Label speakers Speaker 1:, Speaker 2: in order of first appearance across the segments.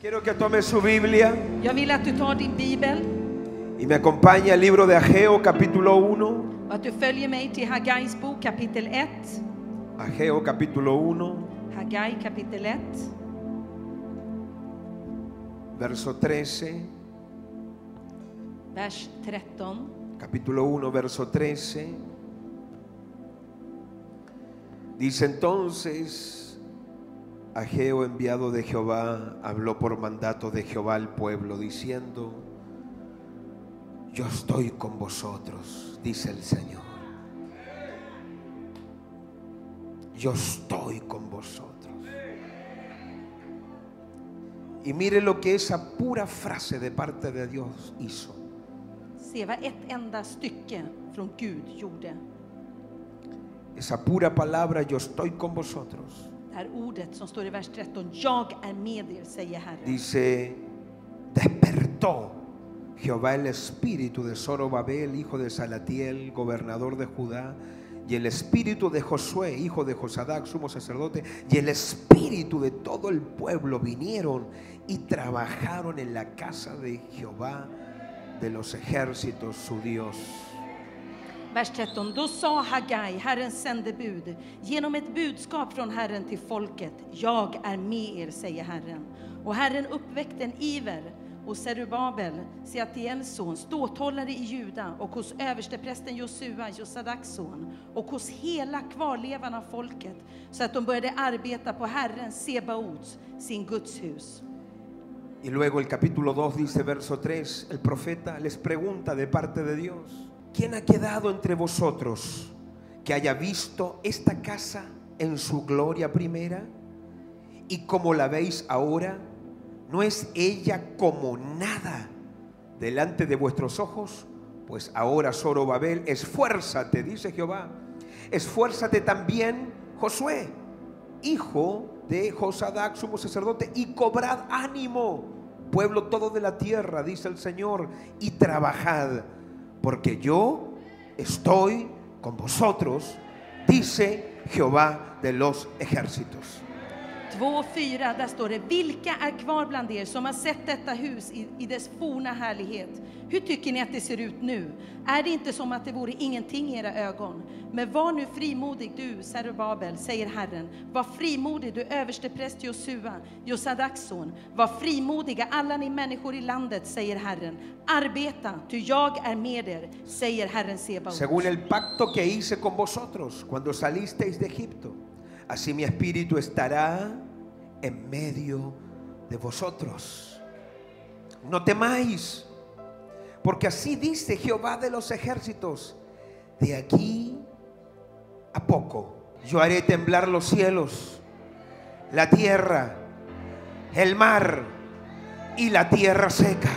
Speaker 1: Quiero que tome su Biblia
Speaker 2: Jag vill att du tar din bibel
Speaker 1: y me acompañe al libro de Ageo capítulo 1.
Speaker 2: och att du följer mig till Hagais bok kapitel 1.
Speaker 1: Ageo capítulo 1,
Speaker 2: Hagai kapitel 1,
Speaker 1: verso 13.
Speaker 2: vers 13.
Speaker 1: Capítulo 1, verso 13. Dice entonces, Ageo enviado de Jehová habló por mandato de Jehová al pueblo diciendo, yo estoy con vosotros, dice el Señor. Yo estoy con vosotros. Y mire lo que esa pura frase de parte de Dios hizo.
Speaker 2: Se vad ett enda stycke från Gud gjorde.
Speaker 1: Esa pura palabra, yo estoy con vosotros.
Speaker 2: Det här ordet som står i vers 13. Jag är med er, säger Herren.
Speaker 1: Dice, despertó Jehová el espíritu de Zorobabel, hijo de Salatiel, gobernador de Judá, y el espíritu de Josué, hijo de Josadac, sumo sacerdote, y el espíritu de todo el pueblo vinieron y trabajaron en la casa de Jehová de los ejércitos, su Dios.
Speaker 2: Vers 13. Då sa Hagai, Herrens sändebud, genom ett budskap från Herren till folket. Jag är med er, säger Herren. Och Herren uppväckte en iver och Serubabel, Seatiels son, ståthållare i Juda och hos översteprästen Josua, Josadaks son och hos hela kvarlevan av folket så att de började arbeta på Herren Sebaots, sin Guds hus.
Speaker 1: Y luego el capítulo 2 dice, verso 3, el profeta les pregunta de parte de Dios, ¿quién ha quedado entre vosotros que haya visto esta casa en su gloria primera? Y como la veis ahora, ¿no es ella como nada delante de vuestros ojos? Pues ahora, Zorobabel, esfuérzate, dice Jehová, esfuérzate también, Josué, hijo de Josadac, sumo sacerdote, y cobrad ánimo, pueblo todo de la tierra, dice el Señor, y trabajad, porque yo estoy con vosotros, dice Jehová de los ejércitos.
Speaker 2: 2.4, där står det Vilka är kvar bland er som har sett detta hus i, i dess forna härlighet? Hur tycker ni att det ser ut nu? Är det inte som att det vore ingenting i era ögon? Men var nu frimodig du, Zerubabel, säger Herren. Var frimodig du, överstepräst Josua, Josadaks son. Var frimodiga alla ni människor i landet, säger Herren. Arbeta, ty jag är med er, säger Herren Sebaot.
Speaker 1: Según el pacto que hice con vosotros cuando salisteis de Egipto, así mi espíritu estará en medio de vosotros. No temáis, porque así dice Jehová de los ejércitos, de aquí a poco yo haré temblar los cielos, la tierra, el mar y la tierra seca.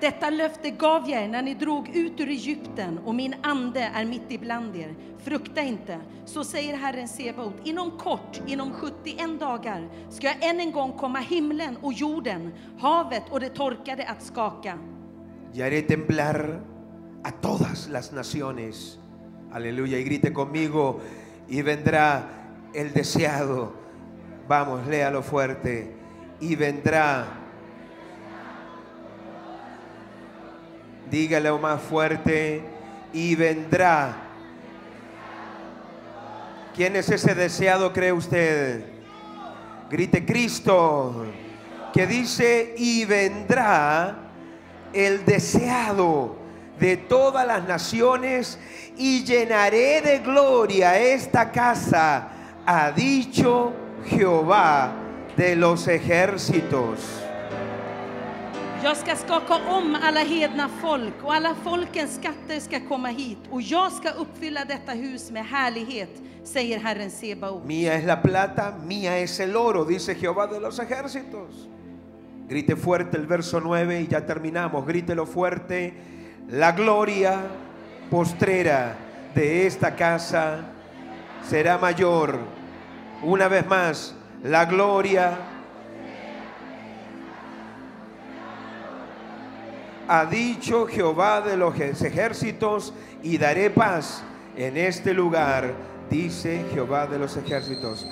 Speaker 2: Detta löfte gav jag er när ni drog ut ur Egypten och min ande är mitt ibland er. Frukta inte, så säger Herren Sebaot. Inom kort, inom 71 dagar, ska jag än en gång komma himlen och jorden, havet och det torkade att skaka.
Speaker 1: y haré temblar a todas las naciones. Aleluya, y grite conmigo, y vendrá el deseado. Vamos, léalo fuerte. Y vendrá. Dígalo más fuerte. Y vendrá. ¿Quién es ese deseado, cree usted? Grite Cristo, que dice, y vendrá el deseado de todas las naciones y llenaré de gloria esta casa, ha dicho Jehová de los ejércitos.
Speaker 2: Jag ska skaka om alla hedna folk och alla folkens skatter ska komma hit och jag ska uppfylla detta hus med härlighet, säger Herren Sebaot.
Speaker 1: Mía es la plata, mía es el oro, dice Jehová de los ejércitos. Grite fuerte el verso 9 y ya terminamos. Grítelo fuerte. La gloria postrera de esta casa será mayor. Una vez más, la gloria. Ha dicho Jehová de los ejércitos y daré paz en este lugar, dice Jehová de los ejércitos.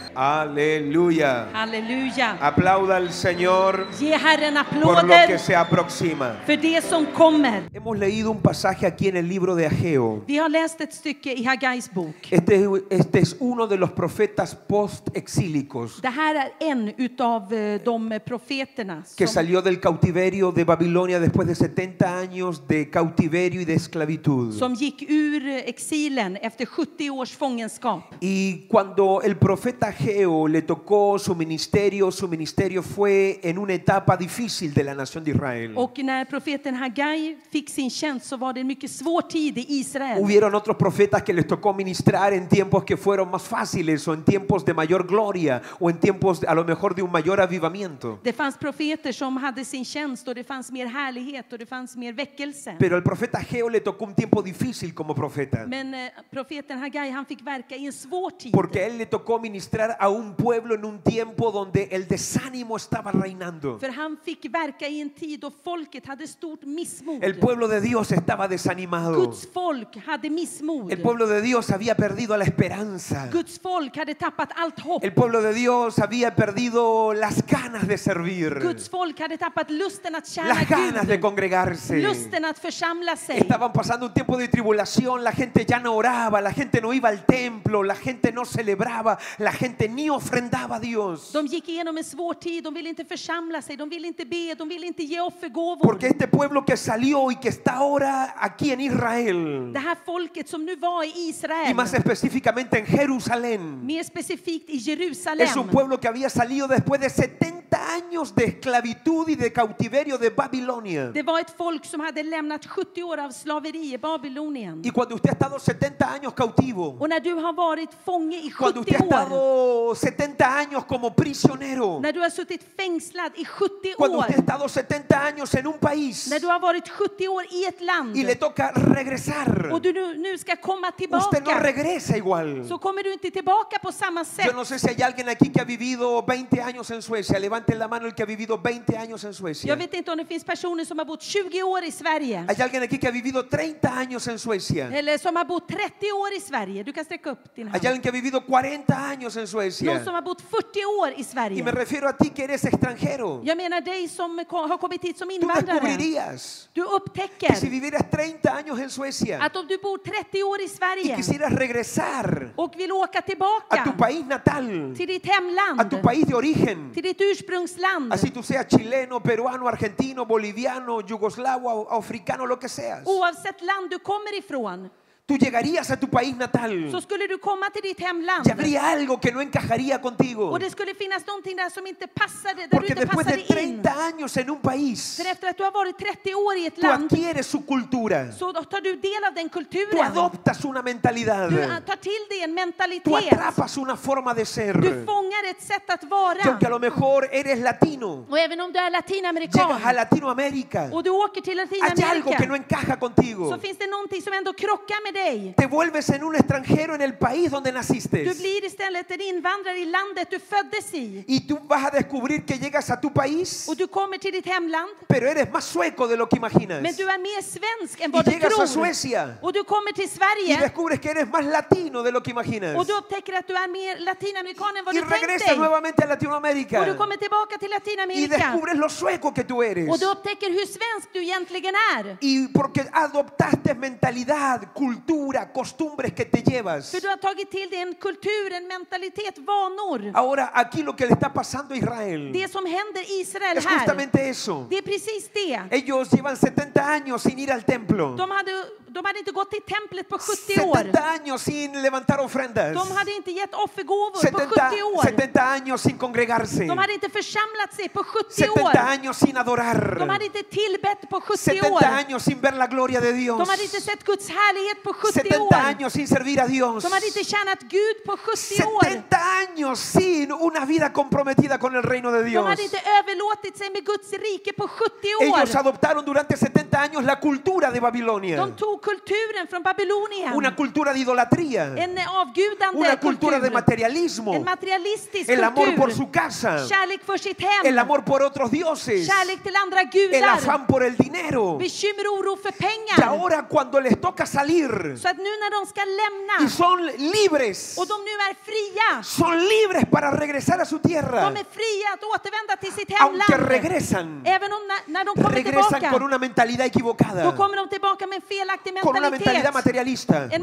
Speaker 1: Aleluya.
Speaker 2: Halleluja.
Speaker 1: Aplauda al Señor
Speaker 2: Ge Herren
Speaker 1: por lo que
Speaker 2: applåder
Speaker 1: se aproxima.
Speaker 2: för det som kommer.
Speaker 1: Hemos leído un pasaje aquí en el libro de Ageo.
Speaker 2: Vi har läst ett stycke i Hagais bok.
Speaker 1: Este, es- este es uno de los profetas post-exílicos
Speaker 2: Det här är en utav eh, de profeterna
Speaker 1: que
Speaker 2: som,
Speaker 1: salió del cautiverio de Babilonia después de 70 años de cautiverio y de esclavitud.
Speaker 2: som gick ur eh, exilen efter 70 års fångenskap.
Speaker 1: Y cuando el profeta Ageo le tocó su ministerio, su ministerio fue en una etapa difícil de la nación de Israel.
Speaker 2: Och när profeten Hagai fick sin tjänst så var det en mycket svår tid i Israel.
Speaker 1: Hubieron otros profetas que les tocó ministrar en tiempos que fueron más fáciles o en tiempos de mayor gloria o en tiempos a lo mejor de un mayor avivamiento.
Speaker 2: Det fanns profeter som hade sin tjänst och det fanns mer härlighet och det fanns mer väckelse.
Speaker 1: Pero al profeta Ageo le tocó un tiempo difícil como profeta.
Speaker 2: Men eh, profeten Hagai han fick verka i en svår tid.
Speaker 1: Porque a él le tocó ministrar a un pueblo en un tiempo donde el desánimo estaba reinando.
Speaker 2: För han fick verka i en tid då folket hade stort missmod.
Speaker 1: El pueblo de Dios estaba desanimado.
Speaker 2: Guds folk hade missmod.
Speaker 1: El pueblo de Dios había perdido la esperanza.
Speaker 2: Guds folk hade tappat allt hopp.
Speaker 1: El pueblo de Dios había perdido las ganas de servir,
Speaker 2: Guds folk hade tappat lusten att tjäna
Speaker 1: las ganas de
Speaker 2: Gud,
Speaker 1: congregarse.
Speaker 2: lusten att församla sig.
Speaker 1: Estaban pasando un tiempo de tribulación, la gente ya no oraba, la gente no iba al templo, la gente no celebraba, la gente ni ofrendaba a Dios.
Speaker 2: De gick igenom en svår tid, de ville inte församla sig, de ville inte be, de ville inte ge offergåvor.
Speaker 1: Porque este pueblo que salió y que está ahora aquí en Israel,
Speaker 2: Det här folket som nu var i
Speaker 1: y
Speaker 2: Israel,
Speaker 1: más específicamente en Jerusalén,
Speaker 2: mer specifikt i Jerusalem,
Speaker 1: es un pueblo que había salido después de 70 años de esclavitud y de cautiverio de Babilonia.
Speaker 2: det var ett folk som hade lämnat 70 år av slaveri i Babylonien.
Speaker 1: Y cuando usted ha estado 70 años cautivo,
Speaker 2: Och när du har varit fånge i
Speaker 1: Cuando
Speaker 2: 70
Speaker 1: usted ha
Speaker 2: år,
Speaker 1: estado 70 años como prisionero,
Speaker 2: när du har suttit fängslad i 70
Speaker 1: cuando
Speaker 2: år,
Speaker 1: usted ha estado 70 años en un país
Speaker 2: när du har varit 70 år i ett land
Speaker 1: y le toca regresar,
Speaker 2: och du nu, nu ska komma
Speaker 1: usted no
Speaker 2: tillbaka,
Speaker 1: regresa igual.
Speaker 2: så kommer du inte tillbaka på samma
Speaker 1: Yo
Speaker 2: sätt.
Speaker 1: no sé si hay alguien aquí que ha vivido 20 años en Suecia. Levanten la mano el que ha vivido 20 años en Suecia.
Speaker 2: Jag vet inte om det finns personer som har bott 20 år i Sverige.
Speaker 1: Hay alguien aquí que ha vivido 30 años en Suecia.
Speaker 2: Eller som har bott 30 år i Sverige. Du kan sträcka upp din
Speaker 1: Hay
Speaker 2: hand.
Speaker 1: alguien que ha vivido 40 años en
Speaker 2: Någon
Speaker 1: Suecia.
Speaker 2: som har bott 40 år i
Speaker 1: Y me
Speaker 2: Sverige.
Speaker 1: refiero a ti que eres extranjero.
Speaker 2: Jag menar dig som ko- har kommit hit som
Speaker 1: Tú
Speaker 2: invandrare.
Speaker 1: descubrirías
Speaker 2: Du
Speaker 1: que si
Speaker 2: upptäcker
Speaker 1: vivieras 30 años en Suecia
Speaker 2: att om du bor 30 år i
Speaker 1: y
Speaker 2: Sverige
Speaker 1: quisieras regresar
Speaker 2: och vill åka
Speaker 1: a tu
Speaker 2: tillbaka
Speaker 1: país natal,
Speaker 2: till ditt
Speaker 1: a tu
Speaker 2: hemland,
Speaker 1: país de origen.
Speaker 2: till ditt ursprungsland,
Speaker 1: Así tú seas chileno, peruano, argentino, boliviano, yugoslavo, au- africano, lo que seas.
Speaker 2: oavsett land du kommer ifrån,
Speaker 1: Tú llegarías a tu país natal
Speaker 2: så skulle du komma till ditt hemland.
Speaker 1: y habría algo que no encajaría contigo.
Speaker 2: Och det skulle finnas någonting där som inte passade, där du
Speaker 1: Porque
Speaker 2: inte
Speaker 1: después de
Speaker 2: passade in.
Speaker 1: 30 años en un país,
Speaker 2: För efter att du har varit 30 år i ett
Speaker 1: tú
Speaker 2: land
Speaker 1: adquieres su cultura,
Speaker 2: så tar du del av den
Speaker 1: tú
Speaker 2: kulturen.
Speaker 1: adoptas una
Speaker 2: Du
Speaker 1: mentalidad,
Speaker 2: eh, tar till dig en
Speaker 1: tú
Speaker 2: mentalitet.
Speaker 1: atrapas una forma de
Speaker 2: Du
Speaker 1: ser.
Speaker 2: fångar ett sätt att
Speaker 1: Y aunque a
Speaker 2: vara.
Speaker 1: lo mejor eres latino,
Speaker 2: Och även om du är latinamerikan
Speaker 1: llegas a Latinoamérica,
Speaker 2: och du åker till
Speaker 1: hay algo que no
Speaker 2: Latinamerika
Speaker 1: encaja contigo.
Speaker 2: så finns det någonting som ändå krockar med dig.
Speaker 1: Te vuelves en un extranjero en el país donde naciste.
Speaker 2: Du blir istället en invandrare i landet du föddes i.
Speaker 1: Y tú vas a descubrir que llegas a tu país,
Speaker 2: Och du kommer till ditt hemland.
Speaker 1: pero eres más sueco de lo que imaginas.
Speaker 2: Men du är mer svensk än
Speaker 1: Y
Speaker 2: vad du
Speaker 1: llegas a
Speaker 2: tror.
Speaker 1: Suecia
Speaker 2: Och du kommer till
Speaker 1: y
Speaker 2: Sverige
Speaker 1: descubres que eres más latino de lo que imaginas.
Speaker 2: och du upptäcker att du är mer latinamerikan än vad
Speaker 1: Y
Speaker 2: du tänkt
Speaker 1: regresas
Speaker 2: dig.
Speaker 1: nuevamente a
Speaker 2: Och
Speaker 1: Latinoamérica
Speaker 2: du kommer tillbaka till
Speaker 1: y
Speaker 2: Latinamerika
Speaker 1: descubres lo sueco que tú eres.
Speaker 2: och du upptäcker hur svensk du egentligen är.
Speaker 1: Y porque adoptaste mentalidad, cultura, costumbres que te llevas.
Speaker 2: För du har tagit till dig en kultur, en mentalitet, vanor.
Speaker 1: Ahora aquí lo que le está pasando a Israel
Speaker 2: Det som händer i Israel
Speaker 1: es
Speaker 2: här,
Speaker 1: justamente eso.
Speaker 2: det är precis det.
Speaker 1: Ellos llevan 70 años sin ir al templo.
Speaker 2: De hade, de hade inte gått till templet på 70 år.
Speaker 1: 70 años sin levantar ofrendas.
Speaker 2: De hade inte gett offergåvor på
Speaker 1: 70,
Speaker 2: 70 år.
Speaker 1: 70 años sin congregarse.
Speaker 2: De hade inte församlat sig på 70 år.
Speaker 1: 70 años sin adorar.
Speaker 2: De hade inte tillbett på 70 år.
Speaker 1: 70 años sin ver la gloria de Dios.
Speaker 2: De hade inte sett Guds härlighet på 70
Speaker 1: 70
Speaker 2: år.
Speaker 1: años sin servir a Dios.
Speaker 2: De hade inte tjänat Gud på 70 år.
Speaker 1: 70 años sin una vida comprometida con el reino de
Speaker 2: De
Speaker 1: Dios.
Speaker 2: hade inte överlåtit sig med Guds rike på 70
Speaker 1: Ellos
Speaker 2: år.
Speaker 1: adoptaron durante 70 años la cultura de Babilonia.
Speaker 2: De tog kulturen från Babylonien.
Speaker 1: una cultura de idolatría,
Speaker 2: en avgudande
Speaker 1: una cultura
Speaker 2: kultur.
Speaker 1: de materialismo,
Speaker 2: En materialistisk
Speaker 1: el amor
Speaker 2: kultur.
Speaker 1: por su casa,
Speaker 2: Kärlek för sitt hem.
Speaker 1: el amor por otros dioses,
Speaker 2: Kärlek till andra
Speaker 1: el
Speaker 2: gudar.
Speaker 1: afán por el dinero.
Speaker 2: Bekymmer och oro för
Speaker 1: Y
Speaker 2: pengar.
Speaker 1: ahora cuando les toca salir
Speaker 2: Så att nu när de ska
Speaker 1: y
Speaker 2: lämna
Speaker 1: son libres,
Speaker 2: och de nu är fria.
Speaker 1: son libres para regresar a su tierra,
Speaker 2: De är fria att återvända till sitt
Speaker 1: aunque
Speaker 2: hemland.
Speaker 1: regresan,
Speaker 2: Även om när, när de kommer
Speaker 1: regresan con
Speaker 2: tillbaka,
Speaker 1: una mentalidad equivocada,
Speaker 2: då kommer de tillbaka med en felaktig
Speaker 1: con una mentalidad
Speaker 2: mentalitet.
Speaker 1: materialista.
Speaker 2: En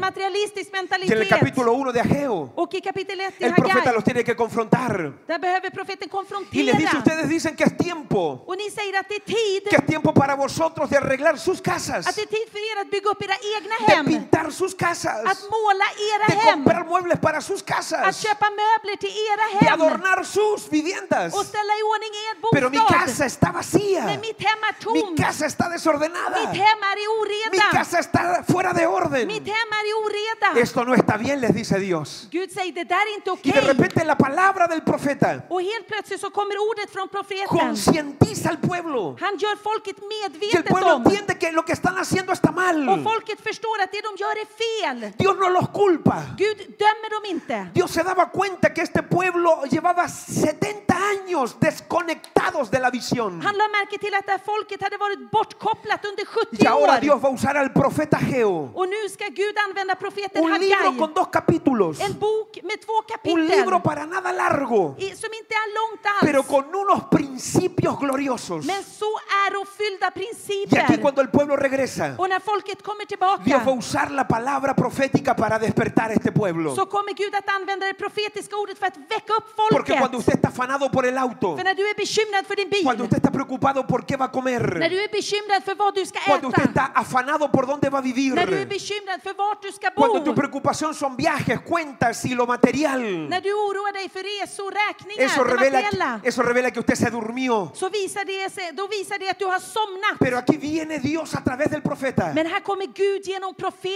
Speaker 1: Y
Speaker 2: materialistisk
Speaker 1: en el
Speaker 2: mentalitet.
Speaker 1: capítulo 1 de Ageo,
Speaker 2: Och i kapitel 1 i
Speaker 1: el profeta
Speaker 2: Hagai,
Speaker 1: los tiene que confrontar.
Speaker 2: där behöver profeten
Speaker 1: Y les dice,
Speaker 2: konfrontera.
Speaker 1: ustedes dicen que es tiempo,
Speaker 2: Och ni säger att det är
Speaker 1: que
Speaker 2: tid,
Speaker 1: es tiempo para vosotros de arreglar sus casas,
Speaker 2: att det är tid för er att bygga upp era egna
Speaker 1: de
Speaker 2: hem,
Speaker 1: pintar sus
Speaker 2: att
Speaker 1: casas,
Speaker 2: måla era
Speaker 1: de
Speaker 2: hem,
Speaker 1: comprar muebles para sus
Speaker 2: att
Speaker 1: casas,
Speaker 2: köpa möbler till era
Speaker 1: de
Speaker 2: hem
Speaker 1: adornar sus viviendas.
Speaker 2: och ställa i ordning er
Speaker 1: Pero mi casa
Speaker 2: bostad.
Speaker 1: está vacía,
Speaker 2: Men mitt hem är
Speaker 1: mi
Speaker 2: tomt,
Speaker 1: casa está desordenada,
Speaker 2: mitt hem är i
Speaker 1: mi
Speaker 2: oreda,
Speaker 1: casa está fuera de orden.
Speaker 2: mitt hem är i oreda.
Speaker 1: Esto no está bien, les dice Dios.
Speaker 2: Gud säger det där är inte
Speaker 1: Y de
Speaker 2: okej.
Speaker 1: repente la palabra del profeta
Speaker 2: Och helt plötsligt så kommer ordet från profeten.
Speaker 1: concientiza al pueblo.
Speaker 2: Han gör folket
Speaker 1: Y el
Speaker 2: medvetet
Speaker 1: pueblo
Speaker 2: om
Speaker 1: entiende que lo que están haciendo está
Speaker 2: och
Speaker 1: mal.
Speaker 2: folket förstår att det de gör är fel.
Speaker 1: Dios no los culpa.
Speaker 2: Gud dömer dem inte.
Speaker 1: Dios se daba cuenta que este pueblo llevaba 70 años desconectados de la visión.
Speaker 2: Han lade märke till att det här folket hade varit bortkopplat under 70
Speaker 1: Y ahora
Speaker 2: år.
Speaker 1: Dios va a usar al profeta Geo.
Speaker 2: Och nu ska Gud använda profeten
Speaker 1: Un libro
Speaker 2: Hagai.
Speaker 1: con dos capítulos.
Speaker 2: En bok med två
Speaker 1: Un libro
Speaker 2: kapitel
Speaker 1: para nada largo,
Speaker 2: i- som inte är långt
Speaker 1: pero
Speaker 2: alls.
Speaker 1: con unos principios gloriosos.
Speaker 2: Men så ärofyllda
Speaker 1: Y aquí
Speaker 2: principer.
Speaker 1: cuando el pueblo regresa,
Speaker 2: Och när folket kommer
Speaker 1: Dios va a
Speaker 2: tillbaka
Speaker 1: usar la palabra profética para despertar a este pueblo.
Speaker 2: så kommer Gud att använda det profetiska ordet för att väcka upp
Speaker 1: Porque cuando
Speaker 2: folket.
Speaker 1: usted está afanado por el auto,
Speaker 2: För när du är bekymrad för din
Speaker 1: cuando
Speaker 2: bil,
Speaker 1: usted está preocupado por qué va a
Speaker 2: när
Speaker 1: comer,
Speaker 2: du är bekymrad för vad du ska
Speaker 1: cuando usted
Speaker 2: äta,
Speaker 1: está afanado por dónde va a vivir,
Speaker 2: när du är bekymrad för vart du ska
Speaker 1: cuando
Speaker 2: bo,
Speaker 1: tu preocupación son viajes, cuentas y lo material,
Speaker 2: när du oroar dig för resor,
Speaker 1: eso
Speaker 2: räkningar, det
Speaker 1: revela,
Speaker 2: materiella,
Speaker 1: eso revela que usted se durmió.
Speaker 2: så visar det sig, då visar det att du har somnat.
Speaker 1: Pero aquí viene Dios a través del profeta
Speaker 2: Men här kommer Gud genom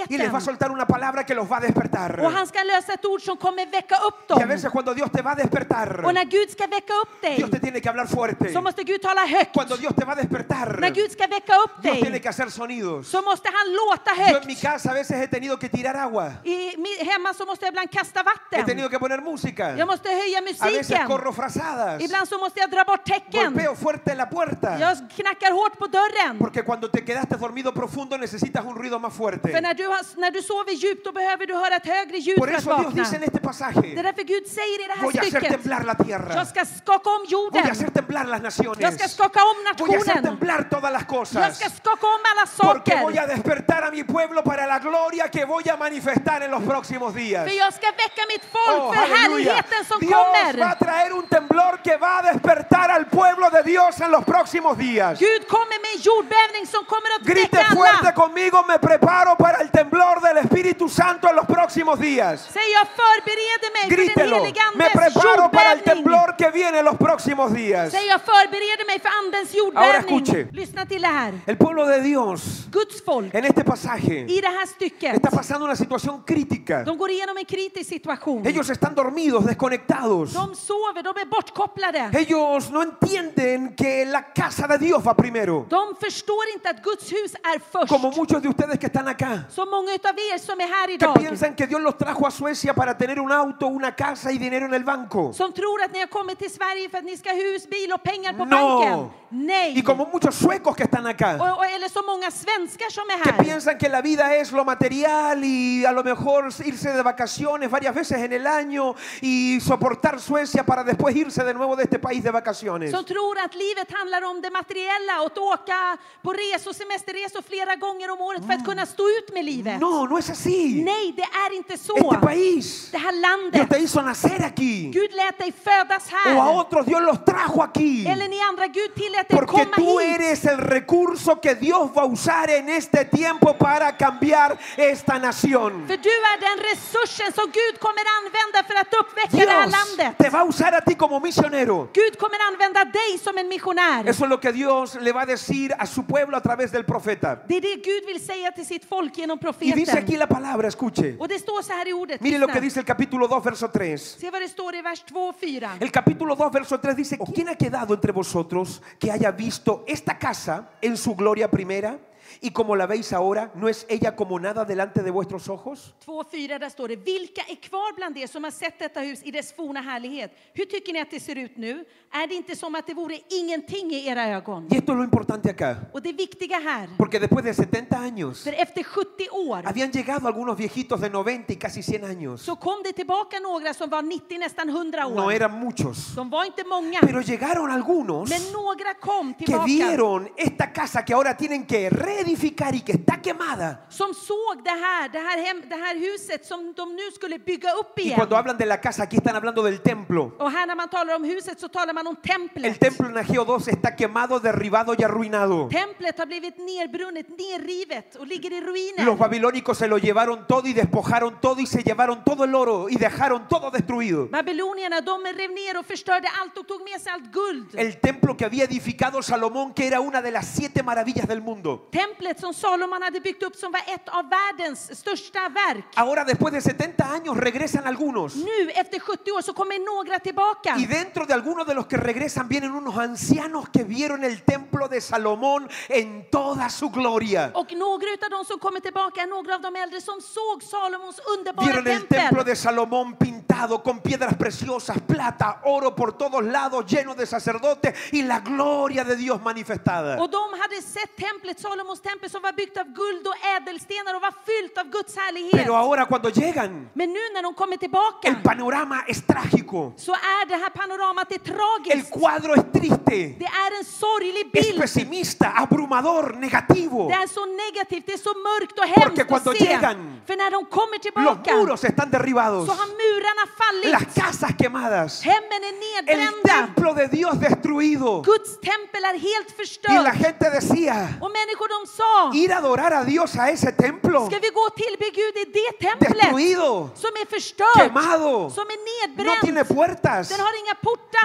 Speaker 1: y les va a
Speaker 2: profeten
Speaker 1: soltar una palabra que los va a despertar.
Speaker 2: och han ska lösa ett ord som kommer väcka upp
Speaker 1: Y a
Speaker 2: dem.
Speaker 1: veces cuando Dios te va a despertar,
Speaker 2: Och när Gud ska väcka upp dig
Speaker 1: Dios te tiene que hablar fuerte.
Speaker 2: så måste Gud tala högt.
Speaker 1: Cuando Dios te va a despertar,
Speaker 2: När Gud ska väcka upp
Speaker 1: Dios tiene
Speaker 2: dig
Speaker 1: que hacer sonidos.
Speaker 2: så måste han låta
Speaker 1: Yo en mi
Speaker 2: högt.
Speaker 1: casa a veces he tenido que tirar agua,
Speaker 2: I, mi- hemma så måste jag ibland kasta
Speaker 1: he
Speaker 2: vatten.
Speaker 1: tenido que poner música,
Speaker 2: Jag måste höja
Speaker 1: a veces
Speaker 2: musiken.
Speaker 1: corro frazadas,
Speaker 2: Ibland så måste jag dra bort tecken.
Speaker 1: golpeo fuerte la puerta,
Speaker 2: Jag knackar hårt på dörren.
Speaker 1: porque cuando te quedaste dormido profundo necesitas un ruido más
Speaker 2: För
Speaker 1: fuerte.
Speaker 2: när du, har, när du sover djupt då behöver du höra ett högre ljud
Speaker 1: Por
Speaker 2: för att
Speaker 1: eso Dios
Speaker 2: vakna.
Speaker 1: dice en este
Speaker 2: Det är
Speaker 1: pasaje,
Speaker 2: därför Gud säger i det här
Speaker 1: voy a hacer
Speaker 2: stycket.
Speaker 1: temblar la
Speaker 2: Jag
Speaker 1: tierra,
Speaker 2: ska skaka om
Speaker 1: voy a
Speaker 2: jorden.
Speaker 1: hacer temblar las
Speaker 2: Jag ska
Speaker 1: naciones,
Speaker 2: skaka om
Speaker 1: voy a hacer
Speaker 2: nationen.
Speaker 1: temblar todas las
Speaker 2: Jag
Speaker 1: cosas.
Speaker 2: ska skaka om alla
Speaker 1: Porque voy a
Speaker 2: saker.
Speaker 1: despertar a mi pueblo para la gloria que voy a manifestar en los próximos días.
Speaker 2: För jag ska väcka mitt
Speaker 1: Oh,
Speaker 2: folk för
Speaker 1: aleluya.
Speaker 2: härligheten som
Speaker 1: Dios va a
Speaker 2: kommer.
Speaker 1: traer un temblor que va a despertar al pueblo de Dios en los próximos días.
Speaker 2: Gud kommer med en jordbävning som kommer att
Speaker 1: Grite
Speaker 2: väcka
Speaker 1: fuerte
Speaker 2: alla.
Speaker 1: conmigo, me preparo para el temblor del Espíritu Santo en los próximos días.
Speaker 2: Säg jag förbereder mig för den
Speaker 1: Grítelo,
Speaker 2: helige
Speaker 1: me
Speaker 2: Andes
Speaker 1: preparo para el
Speaker 2: jordbävning.
Speaker 1: temblor que viene en los próximos días.
Speaker 2: Säg jag förbereder mig för Andens jordbävning.
Speaker 1: escuche.
Speaker 2: Lyssna till det här.
Speaker 1: El pueblo de Dios,
Speaker 2: Guds folk
Speaker 1: en este pasaje,
Speaker 2: i det här stycket,
Speaker 1: está pasando una situación crítica.
Speaker 2: de går igenom en kritisk situation.
Speaker 1: Ellos están dormidos, desconectados.
Speaker 2: De sover, de är bortkopplade.
Speaker 1: Ellos no entienden que la casa de Dios va primero.
Speaker 2: De förstår inte att Guds hus är
Speaker 1: Como
Speaker 2: först.
Speaker 1: muchos de ustedes que están acá,
Speaker 2: Så många utav er som är här
Speaker 1: que
Speaker 2: idag,
Speaker 1: piensan que Dios los trajo a Suecia para tener un auto, una casa y dinero en el banco.
Speaker 2: som tror att ni har kommit till Sverige för att ni ska ha hus, bil och pengar på
Speaker 1: No.
Speaker 2: banken.
Speaker 1: Y
Speaker 2: Nej!
Speaker 1: como muchos suecos que están acá,
Speaker 2: Och, och, eller så många svenskar som är
Speaker 1: que
Speaker 2: här,
Speaker 1: piensan que la vida es lo material y a lo mejor irse de vacaciones varias veces en el año y soportar Suecia para después irse de nuevo de este país de vacaciones.
Speaker 2: som tror att livet handlar om det materiella och att åka på resor, semesterresor flera gånger om året för att kunna stå ut med livet.
Speaker 1: No, no es así.
Speaker 2: Nej, det är inte så.
Speaker 1: Este país,
Speaker 2: Det här
Speaker 1: Dios te
Speaker 2: landet,
Speaker 1: hizo nacer aquí.
Speaker 2: Gud lät dig födas
Speaker 1: O a
Speaker 2: här.
Speaker 1: otros Dios los trajo aquí.
Speaker 2: Eller ni andra, Gud tillät dig
Speaker 1: Porque
Speaker 2: komma
Speaker 1: tú
Speaker 2: hit.
Speaker 1: eres el recurso que Dios va a usar en este tiempo para cambiar esta nación.
Speaker 2: För du är den resursen som Gud kommer använda för att uppväcka det här
Speaker 1: Dios
Speaker 2: landet.
Speaker 1: te va a usar a ti como misionero.
Speaker 2: Gud kommer använda dig som en missionär.
Speaker 1: Eso es lo que Dios le va a decir a su pueblo a través del profeta.
Speaker 2: Det är det Gud vill säga till sitt folk genom
Speaker 1: Y dice aquí
Speaker 2: profeten.
Speaker 1: la palabra, escuche.
Speaker 2: Och det står så här i ordet.
Speaker 1: Mire lo
Speaker 2: lyssna.
Speaker 1: que dice el capítulo 2, verso 3.
Speaker 2: Se vad det står i vers 2 och 4.
Speaker 1: El capítulo 2, verso 3 dice, ¿quién ha quedado entre vosotros que haya visto esta casa en su gloria primera? y como la veis ahora, ¿no es ella como nada delante de vuestros ojos?
Speaker 2: 2.4 där står det, vilka är kvar bland er som har sett detta hus i dess forna härlighet? Hur tycker ni att det ser ut nu? Är det inte som att det vore ingenting i era ögon?
Speaker 1: Y esto es lo importante acá,
Speaker 2: Och det viktiga här,
Speaker 1: porque después de 70 años,
Speaker 2: för efter 70 år
Speaker 1: habían llegado algunos viejitos de 90 y casi 100 años.
Speaker 2: så kom det tillbaka några som var 90, nästan 100
Speaker 1: No
Speaker 2: år.
Speaker 1: eran muchos,
Speaker 2: De var inte många,
Speaker 1: pero llegaron algunos
Speaker 2: men några kom
Speaker 1: que
Speaker 2: tillbaka
Speaker 1: vieron esta casa que ahora tienen que reedificar y que está quemada.
Speaker 2: som såg det här, det här, hem, det här huset som de nu skulle bygga upp
Speaker 1: Y
Speaker 2: igen.
Speaker 1: cuando hablan de la casa, aquí están hablando del templo.
Speaker 2: Och här när man talar om huset så talar man om
Speaker 1: El
Speaker 2: templet.
Speaker 1: templo en Ageo 2 está quemado, derribado y arruinado.
Speaker 2: Templet har blivit nerbrunnet, nerrivet och ligger i ruiner.
Speaker 1: Los babilónicos se lo llevaron todo y despojaron todo y se llevaron todo el oro y dejaron todo destruido.
Speaker 2: Babylonierna de rev ner och förstörde allt och tog med sig allt guld.
Speaker 1: El templo que había edificado Salomón, que era una de las siete maravillas del mundo.
Speaker 2: Templet som Salomon hade byggt upp som var ett av världens största verk.
Speaker 1: Ahora después de 70 años regresan algunos.
Speaker 2: Nu efter 70 år så kommer några tillbaka.
Speaker 1: Y dentro de algunos de los que regresan vienen unos ancianos que vieron el templo de Salomón en toda su gloria.
Speaker 2: Och några av de som kommer tillbaka är några av de äldre som såg Salomons underbara
Speaker 1: Vieron el templo
Speaker 2: tempel.
Speaker 1: de Salomón pintado con piedras preciosas, plata, oro por todos lados, lleno de sacerdotes y la gloria de Dios manifestada.
Speaker 2: Och de hade sett templet, Salomons tempel som var byggt av guld och ädelstenar och var fyllt av Guds härlighet.
Speaker 1: Pero ahora cuando llegan,
Speaker 2: Men nu när de kommer
Speaker 1: el
Speaker 2: tillbaka
Speaker 1: panorama es trágico.
Speaker 2: så är det här panoramat det är
Speaker 1: El
Speaker 2: tragiskt.
Speaker 1: cuadro es triste,
Speaker 2: Det är en sorglig
Speaker 1: es
Speaker 2: bild.
Speaker 1: pesimista, abrumador, negativo.
Speaker 2: Det är så negativt, det är så mörkt och
Speaker 1: Porque
Speaker 2: hemskt
Speaker 1: cuando
Speaker 2: att se.
Speaker 1: llegan,
Speaker 2: För när de kommer
Speaker 1: Los
Speaker 2: tillbaka
Speaker 1: muros están derribados,
Speaker 2: så har murarna
Speaker 1: las
Speaker 2: fallit.
Speaker 1: casas quemadas,
Speaker 2: Hemmen är
Speaker 1: el
Speaker 2: nedbrända.
Speaker 1: templo de Dios destruido.
Speaker 2: Guds tempel är helt
Speaker 1: Y la
Speaker 2: förstört.
Speaker 1: gente decía,
Speaker 2: Och människor de sa,
Speaker 1: ir a adorar a Dios a ese templo
Speaker 2: ska vi gå och tillbe Gud i det templet
Speaker 1: destruido,
Speaker 2: som är förstört,
Speaker 1: quemado,
Speaker 2: som är
Speaker 1: no tiene
Speaker 2: nedbränt,
Speaker 1: puertas,
Speaker 2: den har inga